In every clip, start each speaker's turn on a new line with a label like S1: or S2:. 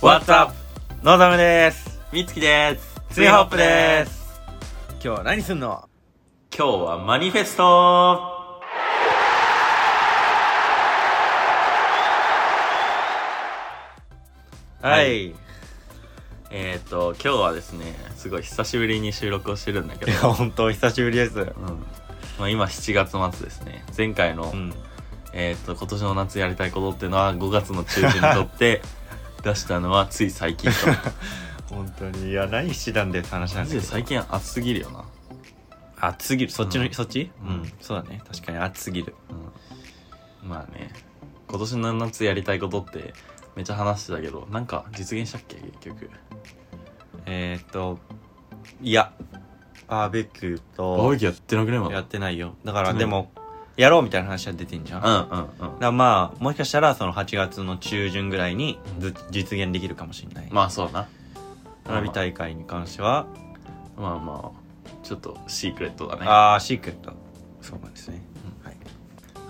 S1: What's up?
S2: のぞむです
S1: みつきです。。
S2: ツイホップです今日は何すんの
S1: 今日はマニフェスト
S2: は、
S1: はいいえっ、ー、と、今日はですね、すごい久しぶりに収録をしてるんだけど
S2: いや、本当お久しぶりです
S1: うんまあ、今7月末ですね。前回の、
S2: うん
S1: えっ、と、今年の夏やりたいことっていうのは5月の中旬にとって 出したのはつい最近と。
S2: 本当にいや何してたんだよって話な
S1: マ
S2: ん
S1: ジ
S2: で
S1: です
S2: け
S1: 最
S2: ど
S1: 近暑すぎるよな。
S2: 暑すぎるそっちの、
S1: うん
S2: そっち
S1: う
S2: うんん、そうだね確かに暑すぎる
S1: うんまあね今年の夏やりたいことってめっちゃ話してたけどなんか実現したっけ結局
S2: えー、っといやバーベキュー
S1: バーベ
S2: と
S1: キューやってなくねま
S2: や
S1: だ
S2: ってないよだから
S1: うん
S2: でもやろうみたいな話は出てんじゃん、
S1: う
S2: だか
S1: んうんうん
S2: らまあもしかしたらその8月の中旬ぐらいにず実現できるかもしれない、
S1: まあそうな
S2: 花火大会に関しては、
S1: まあまあちょっとシークレットだねは
S2: ああシークレットそうなんですね、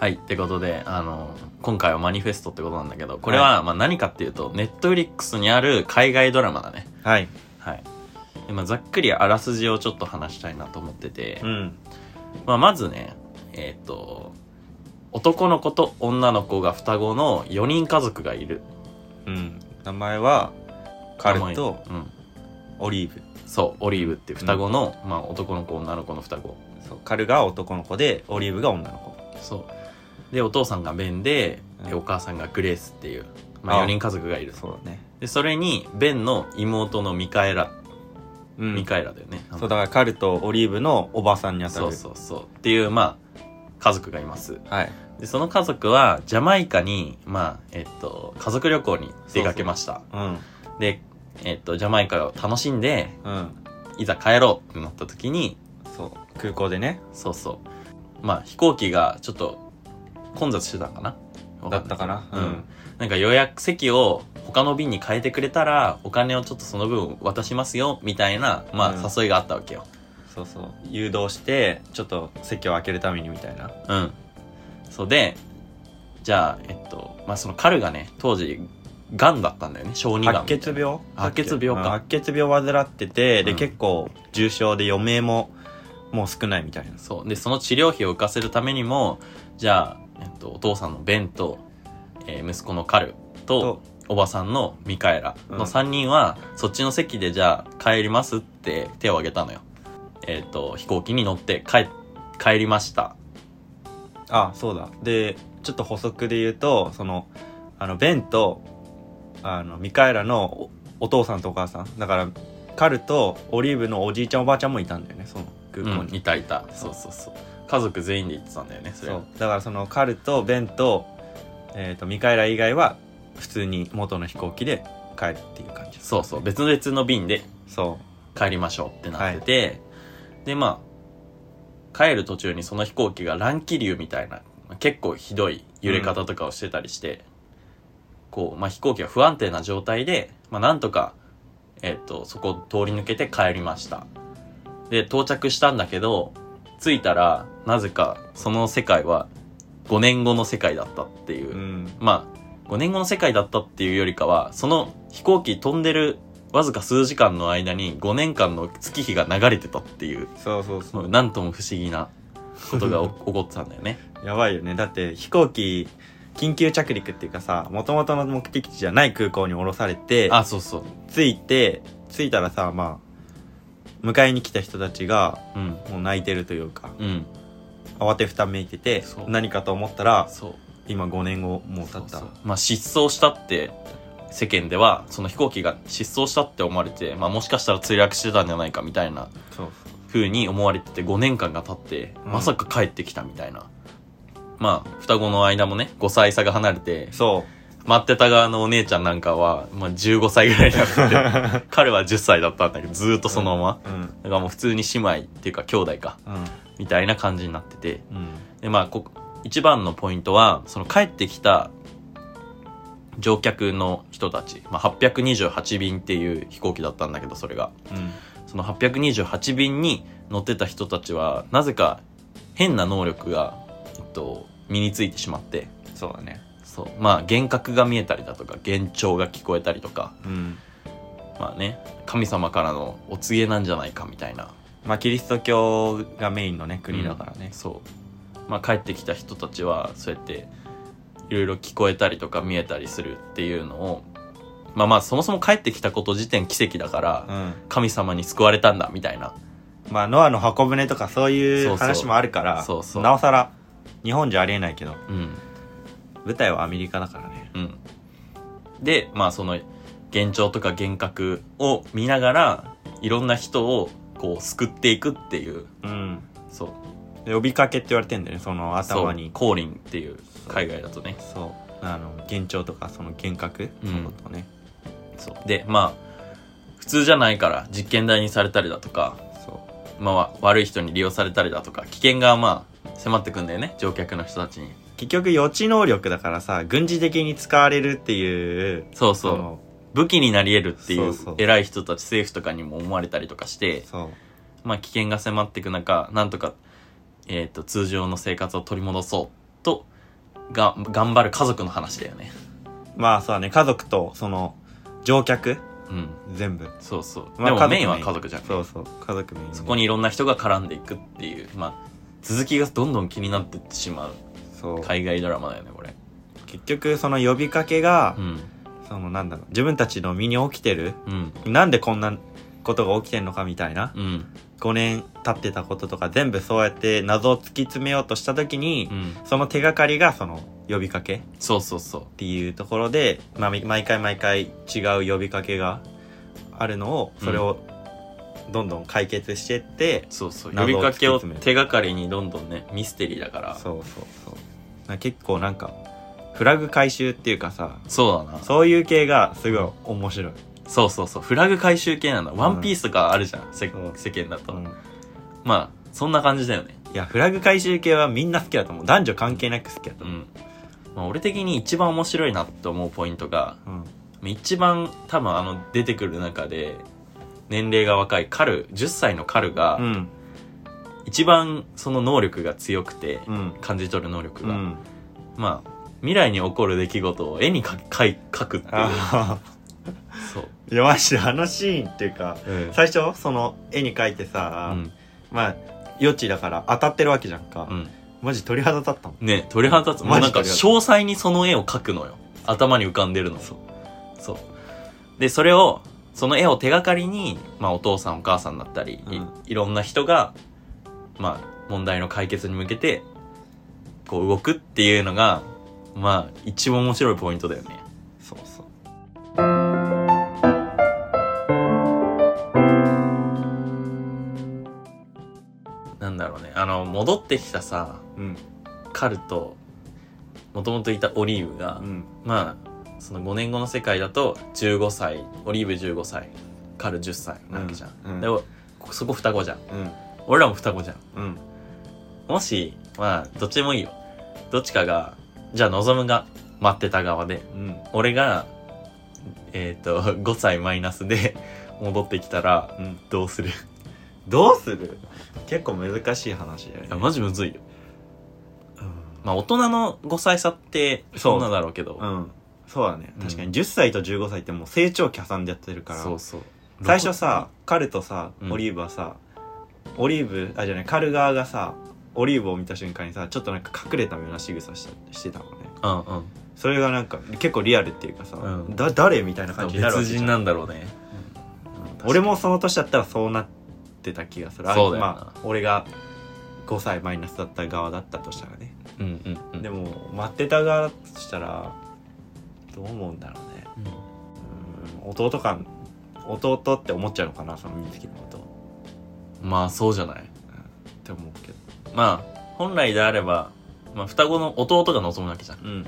S2: はい、
S1: いってことであの今回はマニフェストってことなんだけどこれはまあ何かっていうとネットフリックスにある海外ドラマだね
S2: はい、
S1: はいでまあざっくりあらすじをちょっと話したいなと思ってて、
S2: うん
S1: まあ、まずね、えっ、と、男の子と女の子が双子の4人家族がいる。
S2: うん、名前は彼と
S1: 名前うん。
S2: オリーブ
S1: そう、オリーブっていう双子の、まあ男の子、女の子の双子。
S2: そう彼が男の子でオリーブが女の子
S1: そう。で、お父さんがベンで、で
S2: うん
S1: お母さんがグレースっていう、まあ
S2: あ
S1: 4人家族がいる。
S2: そうだね
S1: で、それに、ベンの妹のミカエラ、
S2: うん
S1: ミカエラだよね。
S2: そうだから彼とオリーブのおばさんにあたる
S1: そうそうそう。っていう、まあ、家族がいます。
S2: はい
S1: で、その家族は、ジャマイカに、まあ、えっと、家族旅行に出かけました。
S2: うん
S1: で、えっとジャマイカを楽しんで
S2: うん
S1: いざ帰ろうってなった時に
S2: そう空港でね
S1: そうそうまあ飛行機がちょっと混雑してたんかな
S2: だったかな
S1: うん、なんか予約席を他の便に変えてくれたらお金をちょっとその分渡しますよみたいな、ま
S2: う
S1: あ、
S2: ん
S1: 誘いがあったわけよ
S2: そうそう誘導してちょっと席を空けるためにみたいな
S1: うん、そうでじゃあえっとまあその彼がね当時がんだったんだよね小児がん
S2: 白血病
S1: 白血病か
S2: うん白血病患っててで、
S1: うん
S2: 結構重症で余命ももう少ないみたいな
S1: そう。で、その治療費を浮かせるためにも、じゃあ、えっと、お父さんのベンと、えー息子のカルと、おばさんのミカエラ
S2: う
S1: の
S2: ん
S1: 3人は、そっちの席でじゃあ帰りますって手を挙げたのよ。えっ、と、飛行機に乗って帰、帰りました。
S2: あそうだでちょっと補足で言うとそのあのベンとあのミカエラのおお父さんとお母さんだからカルとオリーブのおじいちゃんおばあちゃんもいたんだよねその
S1: う
S2: 空港
S1: ん、
S2: に、
S1: いたいた。そうそうそう。家族全員で行ってたんだよね、それ
S2: そ
S1: は
S2: うだからそのカルとベンと,、えー、とミカエラ以外は普通に元の飛行機で帰るっていう感じ
S1: そうそう。別々の便で
S2: そ
S1: 帰りましょうってなってて、でまあ帰る途中にその飛行機が乱気流みたいな結構ひどい揺れ方とかをしてたりして、こう、まあ、飛行機が不安定な状態で、まあ、なんとか、えっとそこを通り抜けて帰りましたで到着したんだけど着いたらなぜかその世界は5年後の世界だったっていうう、
S2: うん
S1: まあ5年後の世界だったっていうよりかはその飛行機飛んでるわずか数時間の間に5年間の月日が流れてたっていう
S2: そうそうそ
S1: もう
S2: う
S1: なんとも不思議なこと がお起こってたんだよね
S2: やばいよねだって飛行機緊急着陸っていうかさもともとの目的地じゃない空港に降ろされて
S1: あそうそう
S2: 着いて着いたらさまあ迎えに来た人たちが
S1: うん
S2: もう泣いてるというか
S1: うん
S2: 慌てふためいてて
S1: そう
S2: 何かと思ったら
S1: そう
S2: 今5年後もう経
S1: そう
S2: った
S1: そうまあ失踪したって世間ではその飛行機が失踪したって思われて、まあ、もしかしたら墜落してたんじゃないかみたいな
S2: そう
S1: 風に思われてて5年間が経って
S2: うん
S1: まさか帰ってきたみたいな、まあ双子の間もね5歳差が離れて
S2: そう
S1: 待ってた側のお姉ちゃんなんかは、まあ、15歳ぐらいになっ てて彼は10歳だったんだけどずーっとそのまま、
S2: うん
S1: だからもう普通に姉妹っていうか兄弟か
S2: うん
S1: みたいな感じになってて
S2: うん
S1: でまあこ一番のポイントはその帰ってきた乗客の人たち、まあ、828便っていう飛行機だったんだけどそれが
S2: うん
S1: その828便に乗ってた人たちはなぜか変な能力が、えっと、身についてしまって
S2: そうだね
S1: そうまあ幻覚が見えたりだとか幻聴が聞こえたりとか
S2: うん
S1: まあね神様からのお告げなんじゃないかみたいな
S2: まあキリスト教がメインのね国だからね、
S1: そう、まあ、帰ってきた人たちはそうやっていろいろ聞こえたりとか見えたりするっていうのをまあまあそもそも帰ってきたこと自体奇跡だから、
S2: うん
S1: 神様に救われたんだみたいな
S2: まあノアの箱舟とかそうい
S1: そうそう
S2: う話もあるから
S1: そうそう
S2: なおさら日本じゃありえないけど
S1: うん
S2: 舞台はアメリカだからね
S1: うんでまあその幻聴とか幻覚を見ながらいろんな人をこう救っていくっていう
S2: うん
S1: そう
S2: で呼びかけって言われてんだよねその頭
S1: そう
S2: に
S1: 降臨っていう海外だとね
S2: そうあの幻聴とかその幻覚
S1: うん
S2: そういうことね、
S1: そうでまあ普通じゃないから実験台にされたりだとか
S2: そう
S1: まあ、悪い人に利用されたりだとか危険がまあ迫ってくんだよね乗客の人たちに
S2: 結局予知能力だからさ軍事的に使われるっていう
S1: そうそう
S2: の
S1: 武器になり得るっていう
S2: そうそう
S1: 偉い人たち政府とかにも思われたりとかして、
S2: そう
S1: まあ、危険が迫ってく中なんとか、えー、と通常の生活を取り戻そうとが頑張る家族の話だよね
S2: まあそうだね家族とその乗客
S1: うん
S2: 全部、
S1: そうそう、
S2: まあ、
S1: でもメインは
S2: メ
S1: 家族じゃんそ,、
S2: そうそう家族メインね
S1: こにいろんな人が絡んでいくっていうまあ続きがどんどん気になってってしまう
S2: そう
S1: 海外ドラマだよねこれ
S2: 結局その呼びかけが、
S1: うん
S2: そのなんだろう自分たちの身に起きてる
S1: うん
S2: なんでこんなことが起きてんのかみたいな、
S1: うん
S2: 5年経ってたこととか全部そうやって謎を突き詰めようとした時に、
S1: うん
S2: その手がかりがその呼びかけっ
S1: そうそうそう
S2: ていうところで、まあ、み毎回毎回違う呼びかけがあるのをそれをどんどん解決してって、
S1: そうそう呼
S2: 謎
S1: び
S2: を
S1: かけを
S2: 突き詰める
S1: 手がかりにどんどんねミステリーだからそう
S2: そうそうそうな結構なんかフラグ回収っていうかさ
S1: だな
S2: そういう系がすごい面白い、
S1: そうそうそうフラグ回収系なんだワンピースとかあるじゃん、せ
S2: そう
S1: 世間だと、
S2: うん
S1: まあそんな感じだよね
S2: いやフラグ回収系はみんな好きだと思う男女関係なく好きだと
S1: う、
S2: 思うん
S1: まあ、俺的に一番面白いなって思うポイントが
S2: うん
S1: 一番多分あの出てくる中で年齢が若いカル10歳のカルが、
S2: うん
S1: 一番その能力が強くて、
S2: うん
S1: 感じ取る能力
S2: う
S1: が、
S2: ん
S1: まあ未来に起こる出来事を絵に描かい描くっていう
S2: あ あ
S1: そう、
S2: いやマジであのシーンっていうか最初その絵に描いてさ、
S1: うん
S2: まあ余地だから当たってるわけじゃんか、
S1: うん
S2: マジ鳥肌立ったもん
S1: ね鳥肌立つもう
S2: マジ
S1: なんか
S2: 鳥肌立つ
S1: 詳細にその絵を描くのよ頭に浮かんでるのそうそうでそれをその絵を手がかりに、まあ、お父さんお母さんだったり、い
S2: うん
S1: いろんな人が、まあ、問題の解決に向けてこう動くっていうのがまあ一番面白いポイントだよね
S2: そうそう
S1: なんだろうねあの戻ってきたさ
S2: うん
S1: カルともともといたオリーブが、
S2: うん
S1: まあその5年後の世界だと15歳オリーブ15歳カル10歳なわけじゃん、
S2: うんうん
S1: でもこそこ双子じゃん
S2: うん
S1: 俺らも双子じゃん
S2: うん
S1: もしまあどっちでもいいよどっちかがじゃあ望むが待ってた側で
S2: うん
S1: 俺がえっ、と5歳マイナスで戻ってきたら
S2: うん
S1: どうするい
S2: どうする結構難しい話だよね
S1: やマジむずいよ
S2: うん
S1: まあ大人の5歳差って
S2: そ
S1: そううなんだろうけど
S2: うんそうだね
S1: うん
S2: 確かに10歳と15歳ってもう成長期挟んでやってるから
S1: そうそう
S2: 最初さカルとさ
S1: うん
S2: オリーブはさ、オリーブあじゃないカル側がさオリーブを見た瞬間にさちょっとなんか隠れたような仕草したしてたのね
S1: うんうん
S2: それがなんか結構リアルっていうかさ、
S1: うん
S2: だ誰みたいな感じになるわ
S1: 別
S2: けじ
S1: 人
S2: ゃん
S1: なんだろうね、うん
S2: 俺もその年だったらそうなってた気がするあ
S1: そうだよな
S2: まあ俺が5歳マイナスだった側だったとしたらね、
S1: うんうんうん
S2: でも待ってた側だとしたらどう思うんだろうね
S1: うん
S2: うん弟か弟って思っちゃうのかなその美月のこと
S1: まあそうじゃない
S2: って思うけど
S1: まあ本来であれば、まあ、双子の弟が望むわけじゃん
S2: うん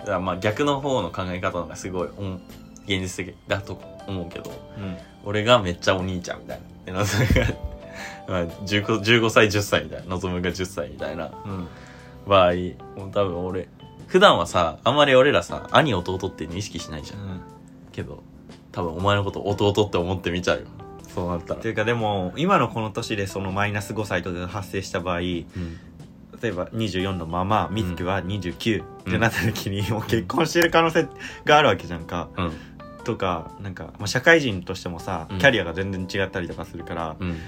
S1: だからまあ逆の方の考え方の方がすごいうん現実的だと思うけど
S2: うん
S1: 俺がめっちゃお兄ちゃんみたいな で望むがまあ 15, 15歳10歳みたいな望むが10歳みたいな
S2: うん
S1: 場合もう多分俺普段はさあんまり俺らさ兄弟っていうの意識しないじゃんけど多分お前のこと弟って思って見ちゃうよそうなったら
S2: というかでも今のこの年でそのマイナス5歳とかが発生した場合
S1: うん
S2: 例えば24のまま美月は29ってなった時に、もう結婚してる可能性があるわけじゃんか。
S1: うん
S2: とかなんか、まあ、社会人としてもさ
S1: うん
S2: キャリアが全然違ったりとかするから、
S1: うん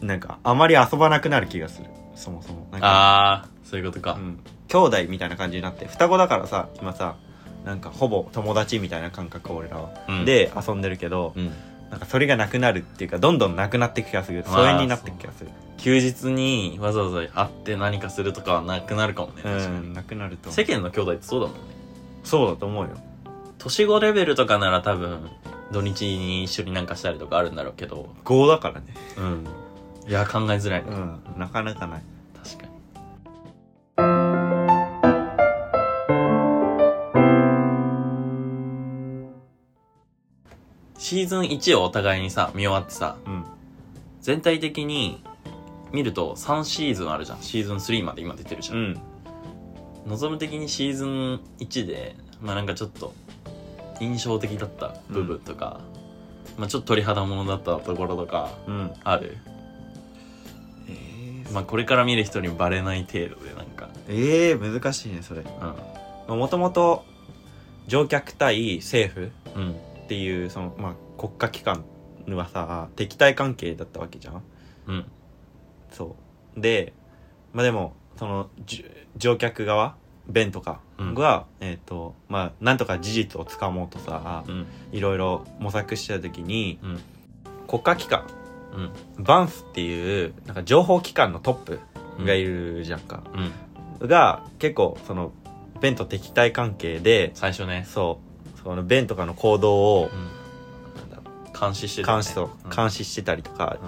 S2: なんかあまり遊ばなくなる気がするそもそもなんか
S1: ああそういうことか
S2: うん、兄弟みたいな感じになって双子だからさ今さなんかほぼ友達みたいな感覚俺らは、
S1: うん
S2: で遊んでるけど、
S1: うん
S2: なんかそれがなくなるっていうかどんどんなくなっていく気がする
S1: まあ
S2: 疎遠になっていく気がする
S1: 休日にわざわざ会って何かするとかはなくなるかもね
S2: う
S1: 確か
S2: ん
S1: に
S2: なくなると
S1: 世間の兄弟ってそうだもんね
S2: そうだと思うよ
S1: 年子レベルとかなら多分土日に一緒になんかしたりとかあるんだろうけど
S2: 5だからね、
S1: うんいや考えづらいね、
S2: うん、なかなかない
S1: 確かにシーズン1をお互いにさ見終わってさ
S2: うん
S1: 全体的に見ると3シーズンあるじゃんシーズン3まで今出てるじゃ、
S2: うんん
S1: 望む的にシーズン1でまあなんかちょっと印象的だった部分とか、まあちょっと鳥肌ものだったところとか
S2: うん
S1: ある
S2: えー
S1: まあこれから見る人にバレない程度でなんか
S2: えー、難しいねそれもともと乗客対政府
S1: うんうん
S2: っていうその、まあ、国家機関はさ敵対関係だったわけじゃん
S1: うん
S2: そうでまあでもそのじゅ乗客側弁とかが、えっ、とまあなんとか事実をつかもうとさ
S1: うん
S2: いろいろ模索してた時に
S1: うん
S2: 国家機関
S1: うん
S2: バンスっていうなんか情報機関のトップ
S1: うん
S2: がいるじゃんか、
S1: うん
S2: が結構その弁と敵対関係で
S1: 最初ね
S2: そうその弁とかの行動を
S1: うん監視してたよね
S2: 監視,、と
S1: うん
S2: 監視してたりとか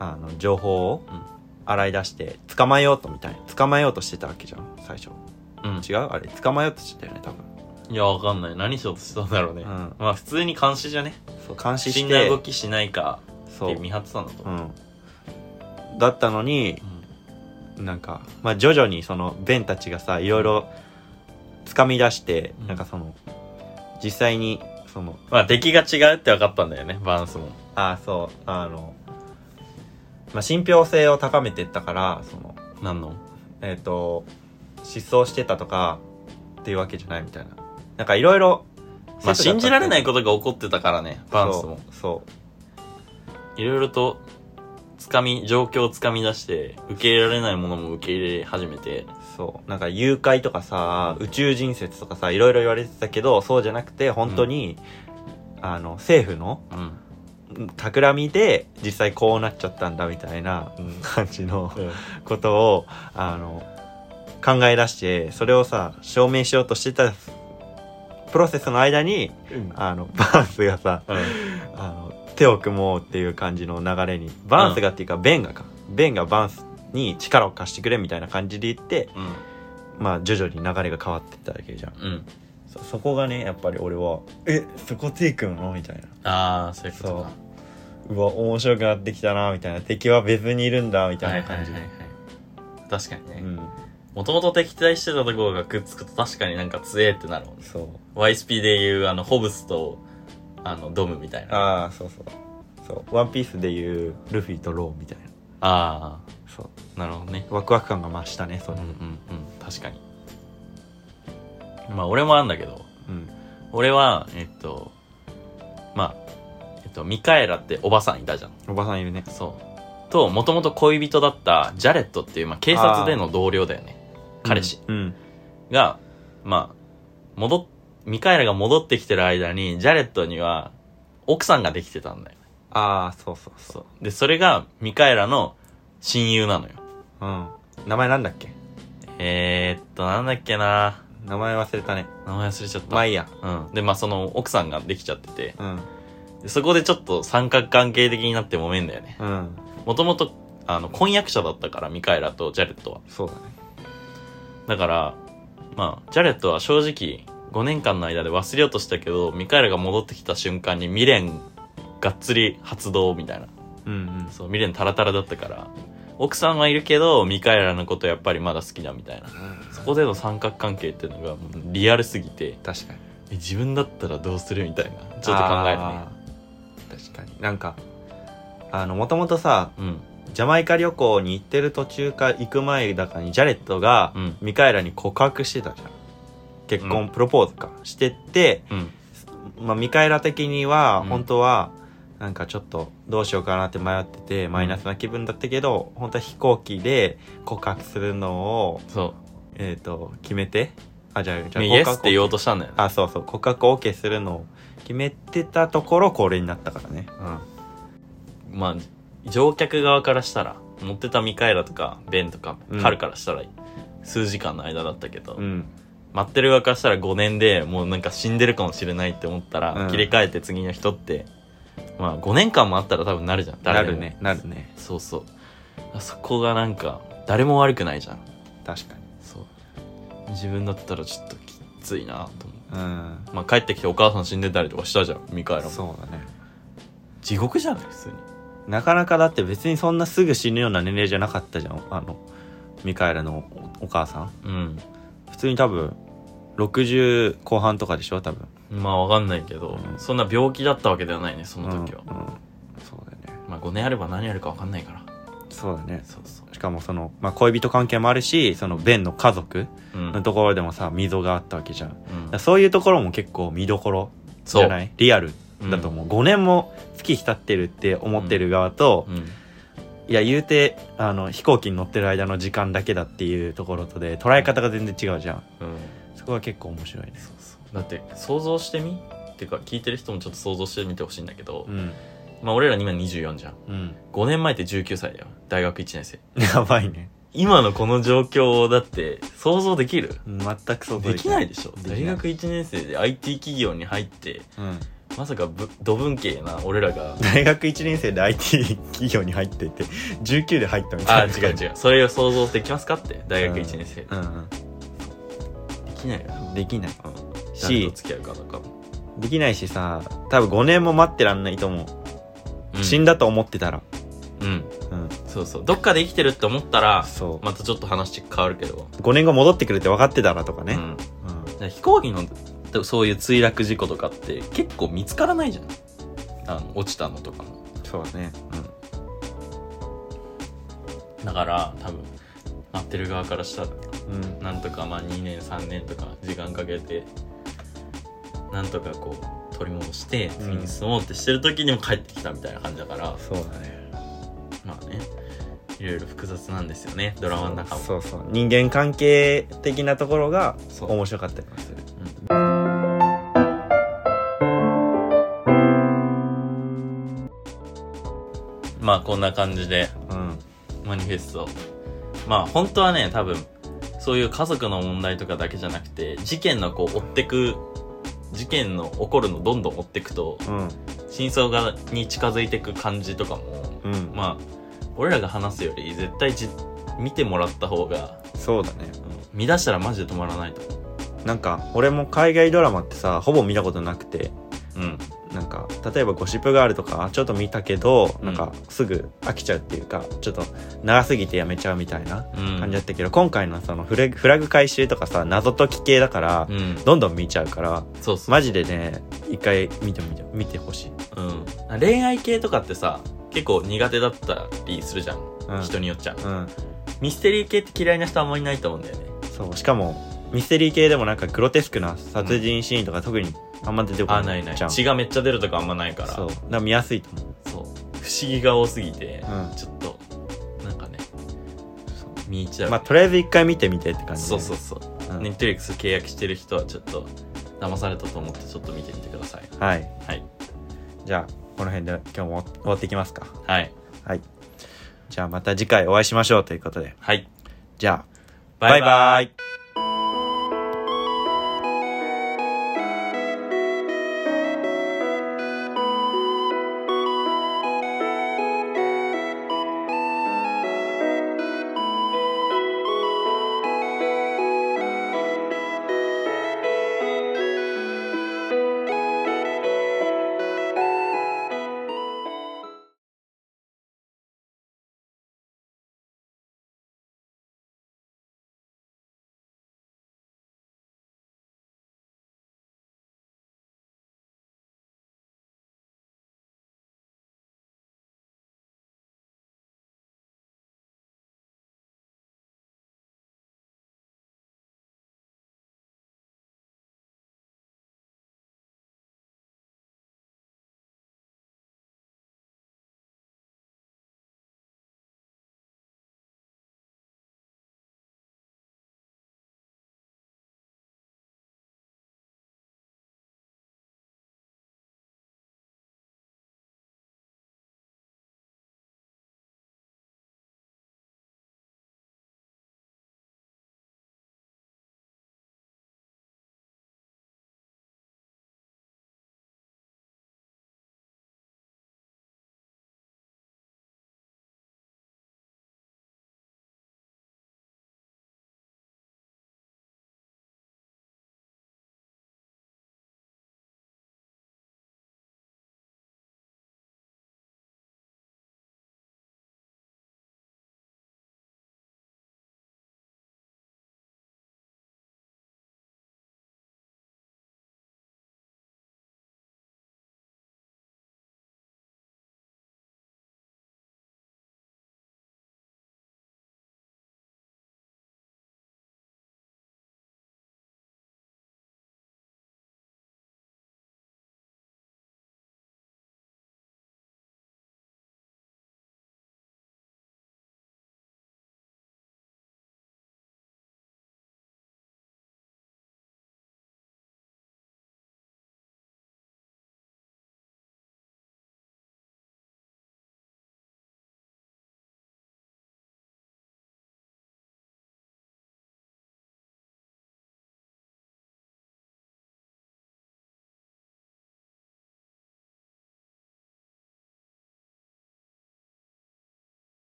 S1: うん
S2: あの情報を
S1: うん
S2: 洗い出して捕まえようとみたいな捕まえようとしてたわけじゃん最初
S1: うん
S2: 違うあれ捕まえようとしてたよね多分、
S1: いやわかんない何しようとしてたんだろうね
S2: うん、
S1: まあ普通に監視じゃね
S2: そう監視
S1: 死
S2: し
S1: んだ
S2: て
S1: 動きしないかっ
S2: そ
S1: て
S2: う、
S1: 見張ってたんだと
S2: う、
S1: 思うん
S2: だったのになんか、まあ、徐々にそのベンたちがさいろいろ掴み出して、
S1: うん
S2: なんかその実際にその
S1: まあ敵が違うって分かったんだよねバランスも
S2: ああそうあの、まあ、信憑性を高めてったからその
S1: 何の
S2: えっ、と失踪してたとかっていうわけじゃないみたいななんかいろいろ
S1: まあ信じられないこととが起こってたからねバランスも
S2: そう
S1: いろいろとつかみ状況をつかみ出して受け入れられないものも受け入れ始めて
S2: そうそうなんか誘拐とかさ宇宙人説とかさいろいろ言われてたけどそうじゃなくて本当に、あの政府の
S1: うん
S2: うん企みで実際こうなっちゃったんだみたいな
S1: うん
S2: 感じのことをあの考え出してそれをさ証明しようとしてたプロセスの間にあの バーンスがさあの手を組もうっていう感じの流れにバーンスがっていうか、ベンがかベンがバーンスに力を貸してくれみたいな感じで言って
S1: うん
S2: まあ徐々に流れが変わってっただけじゃん
S1: うん
S2: そそこがねやっぱり俺は「えそこ手組むの?」みたいな
S1: ああそういうことか
S2: そううわ面白くなってきたなみたいな敵は別にいるんだみたいな感じ
S1: はいはいはいはい確かにね
S2: うん
S1: もともと敵対してたところがくっつくと確かになんか強えってなるもんね
S2: そう
S1: YSP でいうあのホブスとあのドムみたいなあ
S2: ああそうそうそう「ワンピースでいうルフィとローみたいな
S1: あ
S2: そ
S1: ーなるほどね
S2: うワクワク感が増したねそ
S1: うん
S2: れ
S1: うんうん確かにまあ俺もあんだけど
S2: うん
S1: 俺はえっとまあえっとミカエラっておばさんいたじゃん
S2: おばさんいるね
S1: そうともともと恋人だったジャレットっていう、まあ、警察での同僚だよね彼氏
S2: うん
S1: が、まあ、戻っ、ミカエラが戻ってきてる間に、ジャレットには、奥さんができてたんだよ。
S2: ああそうそうそう
S1: そう。で、それが、ミカエラの親友なのよ。
S2: うん名前なんだっけ
S1: えー、っと、なんだっけな
S2: 名前忘れたね
S1: 名前忘れちゃった。
S2: まあいいや
S1: うん。で、まあ、その、奥さんができちゃってて、
S2: うん
S1: でそこでちょっと三角関係的になって揉めんだよね。
S2: うん
S1: もともと、あの、婚約者だったから、ミカエラとジャレットは。
S2: そうだね
S1: だから、まあ、ジャレットは正直、5年間の間で忘れようとしたけど、ミカエルが戻ってきた瞬間に未練がっつり発動みたいな。
S2: うんうん
S1: そう、未練タラタラだったから。奥さんはいるけど、ミカエラのことやっぱりまだ好きだみたいな。そこでの三角関係っていうのがもうリアルすぎて、
S2: 確かに
S1: え自分だったらどうするみたいな。ち
S2: ち
S1: ょっ
S2: ょ
S1: と
S2: っ
S1: 考
S2: と考
S1: え
S2: え
S1: るね。
S2: るね確かになんかあのもともとさ
S1: うん。
S2: ジャマイカ旅行に行ってる途中か行く前だかにジャレットが
S1: うん
S2: ミカエラに告白してたじゃん結婚、
S1: うん
S2: プロポーズかしてって、
S1: うん
S2: まあ、ミカエラ的には
S1: うん
S2: 本当はなんかちょっとどうしようかなって迷っててマイナスな気分だったけど、本当は飛行機で告白するのを、
S1: そ
S2: えー、と決めてあじゃあじ
S1: う
S2: ゃあ
S1: イエス
S2: 告
S1: っ
S2: 白
S1: て言おうとしたんだよね
S2: あそうそう告白 OK するのを決めてたところこれになったからねうん
S1: まあ乗客側からしたら乗ってたミカエラとかベンとか
S2: うん
S1: カルからしたら数時間の間だったけど、
S2: うん
S1: 待ってる側からしたら5年でもうなんか死んでるかもしれないって思ったら、
S2: うん
S1: 切り替えて次の人ってまあ5年間もあったら多分なるじゃん
S2: な
S1: 誰で
S2: る
S1: も
S2: ねなるね
S1: そうそうそこがなんか誰も悪くないじゃん
S2: 確かに
S1: そう自分だったらちょっときついなと思
S2: うん
S1: うまあ帰ってきてお母さん死んでたりとかしたじゃんミカエラも
S2: そうだね
S1: 地獄じゃない普通に
S2: なかなかだって別にそんなすぐ死ぬような年齢じゃなかったじゃんあのミカエラのおお母さん
S1: うん
S2: 普通に多分60後半とかでしょ多分
S1: まあわかんないけど、
S2: うん
S1: そんな病気だったわけではないねその時は、
S2: うんうんそうだよね
S1: まあ5年あれば何やるかわかんないから
S2: そうだね
S1: そうそう
S2: しかもその、まあ、恋人関係もあるしそのベンの家族
S1: うん、う
S2: のところでもさ溝があったわけじゃんだ
S1: ん
S2: からそういうところも結構見どころじゃないいリアルだと思う、5年も月日経ってるって思ってる側と、
S1: うん、
S2: いや言うてあの飛行機に乗ってる間の時間だけだっていうところとで捉え方が全然違うじゃん
S1: うん
S2: そこは結構面白いね
S1: そうそうだって想像してみっていうか聞いてる人もちょっと想像してみてほしいんだけど、
S2: ん
S1: まあ俺ら今24じゃん
S2: うん
S1: 5年前って19歳だよ大学1年生
S2: やばいね
S1: 今のこの状況をだって想像できる
S2: 全く想像
S1: できないでしょ
S2: できない
S1: 大学1年生で IT 企業に入って
S2: うん、
S1: まさかぶ土文系な俺らが
S2: 大学1年生で IT 企業に入ってて19で入ったみた
S1: あ
S2: いな
S1: 違う違うそれを想像できますかって大学1年生、
S2: うん、うん
S1: できないよ
S2: うん、できない
S1: 誰と
S2: し
S1: 付き合うかとかも、
S2: できないしさ多分5年も待ってらんないと思う、
S1: うん、
S2: 死んだと思ってたら
S1: うん
S2: うん
S1: そうそうどっかで生きてるって思ったら
S2: そう、
S1: またちょっと話変わるけど
S2: 5年後戻ってくるって分かってたらとかね、
S1: うん
S2: うん
S1: で飛行機のとそういう墜落事故とかって結構見つからないじゃんあの落ちたのとかも
S2: そうだね
S1: だから多分待ってる側からしたら
S2: うん、うん、
S1: なんとかまあ2年3年とか時間かけてなんとかこう取り戻して
S2: うん
S1: 次に進もうってしてる時にも帰ってきたみたいな感じだから、
S2: そうだね
S1: まあねいろいろ複雑なんですよねドラマの中も
S2: そうそうそう人間関係的なところが
S1: そう
S2: 面白かったりもする
S1: まあこんな感じで
S2: うん
S1: マニフェストまあ本当はね多分そういう家族の問題とかだけじゃなくて事件のこう追ってく事件の起こるのどんどん追ってくと
S2: うん
S1: 真相がに近づいてく感じとかも
S2: うんま
S1: まあ俺らが話すより絶対じ見てもらった方が
S2: あそうだね
S1: 見出したらマジで止まらないと思
S2: なんか俺も海外ドラマってさほぼ見たことなくて
S1: ううん
S2: なんか例えば「ゴシップガール」とかちょっと見たけど、
S1: うん
S2: なんかすぐ飽きちゃうっていうかちょっと長すぎてやめちゃうみたいな
S1: うん
S2: 感じだったけど、今回のそのフレグフラグ回収とかさ謎解き系だから、
S1: うん
S2: どんどん見ちゃうから
S1: そうそう、
S2: マジでね一回見てみて見てほしい、
S1: うん、恋愛系とかってさ結構苦手だったりするじゃん、
S2: うん、
S1: 人によっちゃ
S2: うん
S1: ミステリー系って嫌いな人あんまりいないと思うんだよね
S2: そうしかもミステリー系でもなんかグロテスクな殺人シーンとか特にあんま出てこ
S1: あ
S2: ない
S1: ないない
S2: じゃん
S1: 血がめっちゃ出るとかあんまないから
S2: そうだから見やすいと思う
S1: そう不思議が多すぎて、
S2: うん
S1: ちょっとなんかね見入っちゃう、
S2: まあとりあえず一回見てみてって感じ
S1: そうそう
S2: う、
S1: そう
S2: うん
S1: ネットリックス契約してる人はちょっと騙されたと思ってちょっと見てみてください
S2: はい
S1: はい
S2: じゃあこの辺で今日も終わっていきますか
S1: はい
S2: はいじゃあまた次回お会いしましょうということで
S1: はい
S2: じゃあ
S1: バイバイ
S2: バイバイ